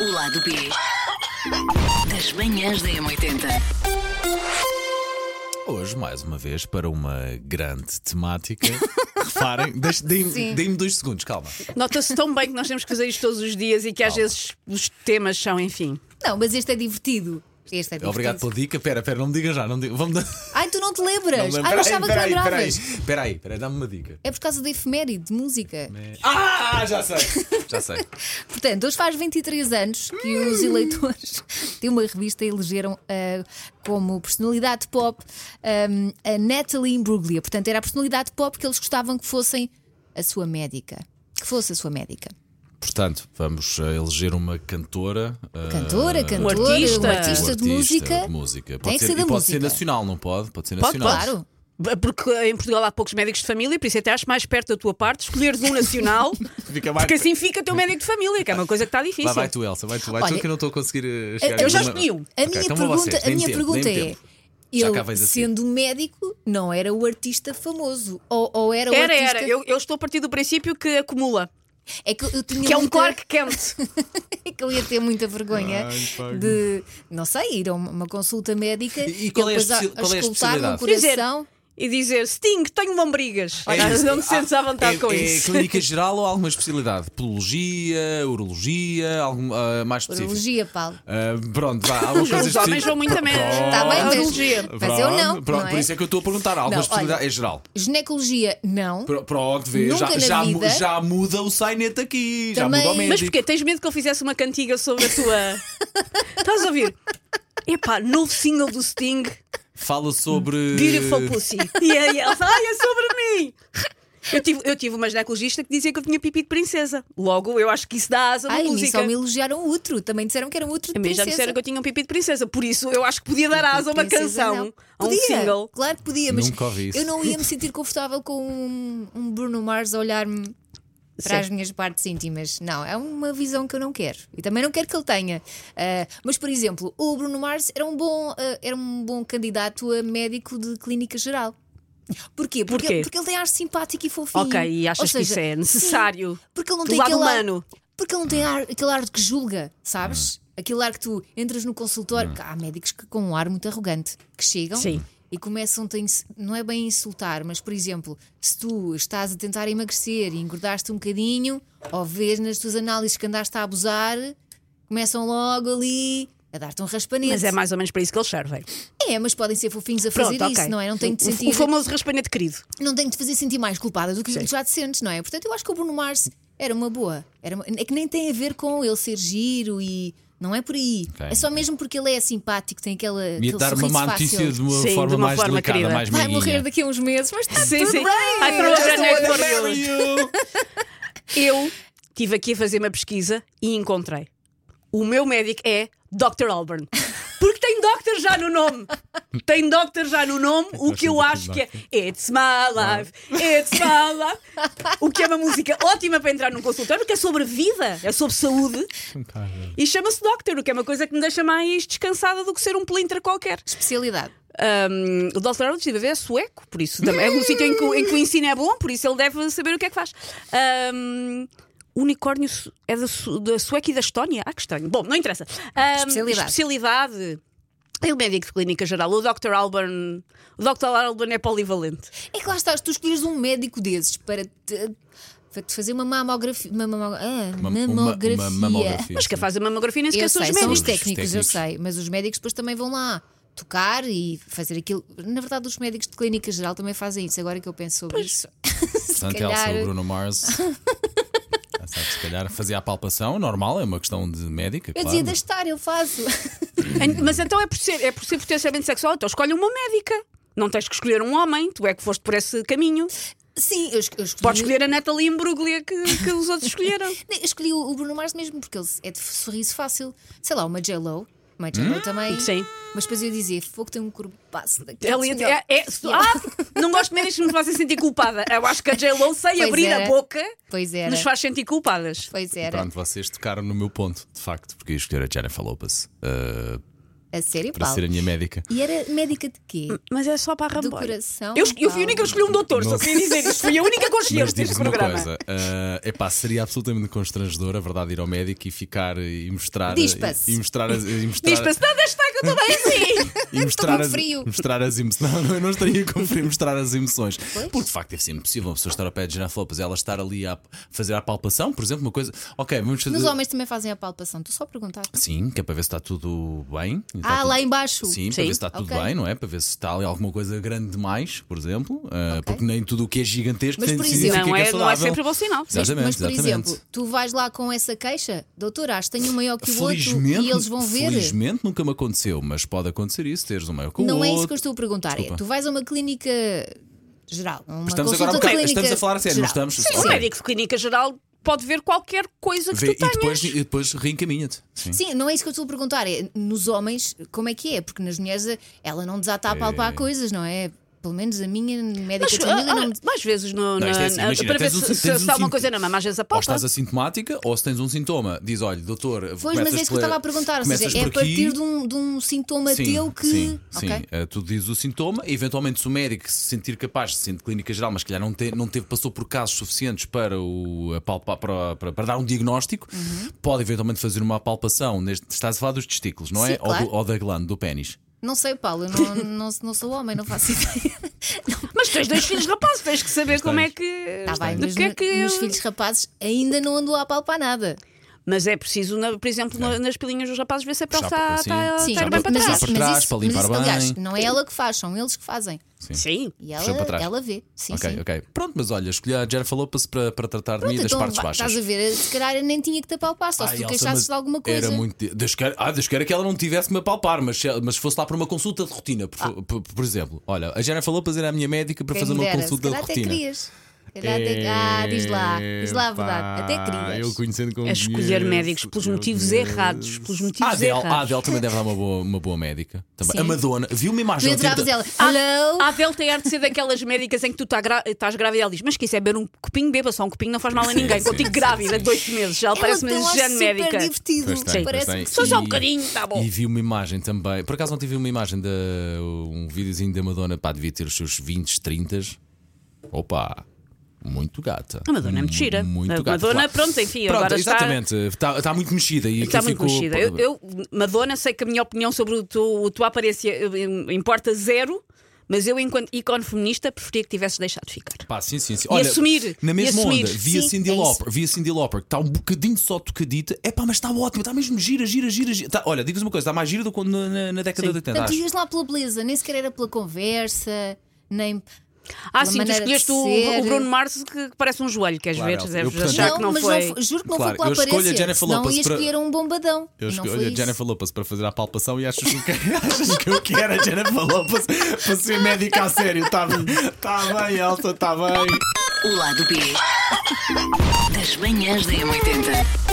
O lado B das manhãs da M80. Hoje, mais uma vez, para uma grande temática. Reparem, deixe- deem- Sim. deem-me dois segundos, calma. Nota-se tão bem que nós temos que fazer isto todos os dias e que às Calma. vezes os temas são, enfim. Não, mas este é divertido. Este é divertido. Obrigado pela dica. Pera, pera, não me diga já. Não me diga. Vamos dar. Ai, tu não te Não lembras? me lembro. Ai, eu achava que te peraí, peraí, lembravas. peraí, peraí, peraí, dá-me uma dica. É por causa da efeméride de música. Ah, já sei, já sei. Portanto, hoje faz 23 anos que Hum. os eleitores de uma revista elegeram ah, como personalidade pop ahm, a Natalie Imbruglia. Portanto, era a personalidade pop que eles gostavam que fossem a sua médica. Que fosse a sua médica. Portanto, vamos eh, eleger uma cantora. eh, Cantora, cantora, um artista. artista, um de música. de música. Pode Tem que ser, ser da e pode ser música. nacional, não pode? Pode ser Pode, nacional. Claro. Porque em Portugal há poucos médicos de família, por isso até acho mais perto da tua parte escolheres um nacional, Fica mais- porque assim fica teu médico de família, que é uma coisa que está difícil. Vai, vai tu, Elsa, vai tu, vai tu Olha, que eu não estou a conseguir eh, chegar eu a já nenhuma- escolhi um. A Ok, minha então vão pergunta, vocês, a deem-me minha tempo, pergunta deem-me é: tempo. Já cá assim. ele, vais a seguir. sendo médico, não era o artista famoso? Ou, ou era o Era, artista. era. Eu, eu estou a partir do princípio que acumula, É que eu tinha que é um muita- Clark Kent. é que eu ia ter muita vergonha Ai, pá. de, não sei, ir a uma, uma consulta médica E- e qual é a depois a, especi- qual é a escutar no especialidade? Dizer, coração. e dizer: Sting, tenho lombrigas. É isso. não me sentes à vontade é, com é isso. clínica geral ou alguma especialidade? Podologia, urologia, algum, ah, mais específico? Urologia, Paulo. Ah, pronto, vá, alguma coisa Os homens específica. vão muito a menos. Está bem, A mas- urologia. Mas eu não, Pronto, não é? Por isso é que eu estou a perguntar. Alguma Não, especialidade? olha. é geral. Ginecologia, não. Pr- Pronto, vê, Nunca já, na já, mu- vida. já muda o sainete aqui. Já Também- muda o médico. Mas porquê? Tens medo que eu fizesse uma cantiga sobre a tua. Estás a ouvir? Epá, novo single do Sting, Fala sobre. Beautiful Pussy. E aí ela fala, ai, é sobre mim! Eu tive, eu tive uma ginecologista que dizia que eu tinha pipi de princesa. Logo, eu acho que isso dá asa a Ai, uma a mim só música. me elogiaram útero. Também disseram que era um útero de A mim já disseram princesa. que eu tinha um pipi de princesa, por isso eu acho que podia dar asa a uma Princesa, canção, não. a um Podia, single. Claro que podia, mas Nunca ouvi isso. eu não ia me sentir confortável com um, um Bruno Mars a olhar-me para as minhas partes íntimas. Não, é uma visão que eu não quero. E também não quero que ele tenha. Ah, mas, por exemplo, o Bruno Mars era um bom, ah, era um bom candidato a médico de clínica geral. Porquê? Porque, Porquê? porque ele tem ar simpático e fofinho. Ok, e Ou achas que seja, isso é sim, necessário? porque ele não Do tem lado aquele ar- humano. Porque ele não tem ar, aquele ar de que julga, sabes? Aquele ar que tu entras no consultório. que Há médicos que com um ar muito arrogante que chegam Sim. e começam a ins- não é bem insultar, mas por exemplo, se tu estás a tentar emagrecer e engordaste um bocadinho, ou vês nas tuas análises que andaste a abusar, começam logo ali a dar-te um raspanete. Mas é mais ou menos para isso que eles servem. É, mas podem ser fofinhos a fazer Pronto, ok. isso, não é? Não tem de O- sentir O famoso raspanete querido. não tenho de te fazer sentir mais culpada do que já te sentes, não é? Portanto, eu acho que o Bruno Mars era uma boa. Era uma- É que nem tem a ver com ele ser giro e. Não é por aí. Ok. É só mesmo porque ele é simpático, tem aquela. Ia aquele dar uma sorriso má fácil. notícia de uma Sim, forma de uma mais forma delicada, querida. mais Vai meiguinha. morrer é daqui a uns meses, mas está Sim, tudo sim. bem. I throw a grenade for you. Marry you. Eu estive aqui a fazer uma pesquisa e encontrei. O meu médico é Dr. Alburn. Porque tem Doctor já no nome. Tem Doctor já no nome, o que eu acho que é It's my life, it's my life. O que é uma música ótima para entrar num consultório, porque é sobre vida, é sobre saúde. E chama-se Doctor, o que é uma coisa que me deixa mais descansada do que ser um pelintra qualquer. Especialidade. Um, o Dr. Arnold estive a ver é sueco, por isso também é um sítio em que, o- em que o ensino é bom, por isso ele deve saber o que é que faz. Um, unicórnio su- é da, Su- da Suécia e da Estónia? Ah, que estranho. Bom, não interessa. Um, Especialidade. especialidade. É o médico de clínica geral, o Dr. Alban. O Dr. Alban é polivalente. É que lá estás, tu escolheres um médico desses para te, para te fazer uma mamografia. Uma, mamo- ah, Uma- uma- uma mamografia. mamografia. Mas que é faz a mamografia nem sequer Eu são os sei, são médicos. os Os técnicos. técnicos, eu sei, mas os médicos depois também vão lá tocar e fazer aquilo. Na verdade, os médicos de clínica geral também fazem isso. Agora que eu penso sobre isso. Portanto, calhar- Elsa, o é Bruno Mars. Já sabes, Se calhar fazia a palpação, normal, é uma questão de médica. Eu claro. dizia, deixa estar, eu faço. An- Mas então é por, ser, é por ser potencialmente sexual, então escolhe uma médica. Não tens que escolher um homem, tu é que foste por esse caminho. Sim, eu, es- eu escolhi, Podes escolher a Natalie Imbruglia que, que os outros escolheram. Não, eu escolhi o o Bruno Mars mesmo porque ele é de sorriso fácil. Sei lá, uma J-Lo. Uma J-Lo também. Sim. Mas depois eu dizia, fogo tem um corpaço daquele Ela ia- senhor." é, é- ah, não gosto de médicos que me fazem sentir culpada. Eu acho que a J-Lo, sem Pois abrir era. a boca, Pois era. nos faz sentir culpadas. Pois era. Pronto, vocês tocaram no meu ponto, de facto, porque eu ia escolher a Jennifer Lopez. Ah, A sério, para Paulo. ser a minha médica. E era médica de quê? Mas é só para a Do Ramboia. coração, Eu, eu fui a Paulo. única que escolhi um doutor, só Não. queria dizer isto. Fui a única Mas consciente deste digo-vos uma programa. coisa: é epá, seria absolutamente constrangedor, a verdade, ir ao médico e ficar e mostrar. Dispa-se. E, e mostrar as. E mostrar, Diz-me, se não desta que eu estou bem assim. e mostrar com as, frio. mostrar as emoções. Não, eu não estaria com frio mostrar as emoções. Porque de facto deve ser impossível uma pessoa estar ao pé de Genaflopas e ela estar ali a fazer a palpação, por exemplo, uma coisa. Ok, vamos fazer. Nos homens também fazem a palpação, estou só a perguntar. Sim, que é para ver se está tudo bem. Está Ah, tudo- lá embaixo. Sim, para Sim. ver se está tudo Ok. bem, não é? Para ver se está ali alguma coisa grande demais, por exemplo. Ah, Porque nem tudo o que é gigantesco Mas, tem- por significa exemplo, que não é- é não é saudável. sempre bom sinal. Mas- Mas, Exatamente, mas, por exatamente. exemplo, tu vais lá com essa queixa, doutor, acho que tenho um maior que o Felizmente, outro e eles vão ver. felizmente nunca me aconteceu, mas pode acontecer isso, teres um maior que o Não outro. é isso que eu estou a perguntar. É, Desculpa. tu vais a uma clínica geral, a uma Estamos consulta agora um bocado- clínica estamos a falar a sério, não geral. estamos? Ok. Sim, O sim. médico de clínica geral pode ver qualquer coisa que Vê- tu e tenhas. depois, e depois reencaminha-te. Sim. Sim, não é isso que eu estou a perguntar. É, nos homens, como é que é? Porque nas mulheres eh, ela não desata a palpar coisas, não é? Pelo menos a minha médica Mas, de ah, família não me ah, mais vezes no, Não, na- isto é assim, na- imagina, para ver tens um- se, tens se, se um há alguma sintoma. coisa na mamãe, às vezes Ou aposta. estás assintomática, ou se tens um sintoma, diz: olha, doutor, Pois, mas é isso que eu estava a perguntar. Ou seja, é a partir de um, de um sintoma Sim, teu que. Sim, sim. Ok. Eh, tu dizes o sintoma, e eventualmente, se o médico se sentir capaz, se sente clínica geral, mas se calhar não, te- não teve, passou por casos suficientes para, o, a palpa- para, para- para dar um diagnóstico, Uhum. pode eventualmente fazer uma palpação. Neste, estás a falar dos testículos, não Sim, é? Ou claro. do- Ou, da glândula, do pênis. Não sei, Paulo, eu não, não, não sou homem, não faço ideia. Mas tens dois filhos rapazes, tens que saber como é que. Está Tá bem, do mas que é no- que- nos filhos rapazes ainda não andou a palpar nada. Mas é preciso, na- por exemplo, na- nas pilinhas dos rapazes, ver se a pele É. Puxar está para- está- sim. está Puxar Ah, para- bem para puxar trás. para trás, para limpar mas isso, aliás, bem. não é ela que faz, são eles que fazem. Sim. E Puxou ela, para trás. ela vê. Sim, ok, sim. ok. Pronto, mas olha, escolhi a Jennifer Lopez para, para tratar de mim e das então, partes vá- baixas. Estás a ver, se calhar eu nem tinha que te apalpar, só Ai, se tu Elsa, queixasses mas de alguma coisa. Era muito. di- Deus queira, ah, Deus queira que ela não tivesse que me apalpar, mas, se- mas se fosse lá para uma consulta de rotina, por, por- por exemplo. Olha, a Jennifer Lopez era a minha médica para Ah. Quem fazer me uma dera, consulta se de calhar até rotina. querias. Se calhar até- Ah, diz lá, diz lá a verdade. Até Epá, querias. Eu conhecendo como A É escolher médicos pelos motivos errados. Pelos A motivos Adele, a errados. Adele também deve dar uma boa, uma boa médica. Também. Sim. A Madonna, viu uma Tu imagem ontem entravas da- ela, hello? A Adele tem arte de ser daquelas médicas em que tu tá gra- estás grávida e ela diz: Mas quem sabe beber um copinho, beba só um copinho, não faz mal a Sim, ninguém. sim, Contigo sim, grávida, sim. tá de 8 meses, já oh, parece Ela tem uma um ar gene médica. super Pois tem, divertido. pois tem. Parece-me Só já um E- bocadinho, tá bom. E vi uma imagem também. Por acaso não tive uma imagem de um videozinho da Madonna, pá, devia ter os seus 20, 30. Opa, muito gata. A Madonna é muito gira. Muito A gata. Madonna, Claro. pronto, enfim, Pronto, agora está- exatamente. Está... Está, muito mexida e Está aquilo muito ficou- mexida. Eu, eu, Madonna, sei que a minha opinião sobre o teu, a tua aparência eh, importa zero, mas eu, enquanto ícone feminista, preferia que tivesse deixado ficar. Pá, sim, sim, sim. Olha, assumir, Na e mesma assumir. onda, vi a Sim, Cindy é isso. Lauper, vi a Cindy Lauper, que está um bocadinho só tocadita. É pá, mas está ótima, está mesmo gira, gira, gira. gira. Tá, olha, digo-vos uma coisa, está mais gira do que na, na- na década Sim. de 80. Portanto, tu acho. ias lá pela beleza, nem sequer era pela conversa, nem. Ah, Pela sim, tu maneira de escolheste o, ser. o Bruno Mars que que parece um joelho, queres Claro, ver? eu, Deves portanto, achar que não mas foi. juro que não Claro, foi pela eu escolho a aparência. Jennifer não Lopez ia para- escolher um bombadão. Eu e não escolho foi a isso. Jennifer Lopez para fazer a palpação e achas que, achas que eu quero a Jennifer Lopez para ser médica a sério. Está bem, está Tá bem, Elsa, está bem. O lado B das manhãs da M80.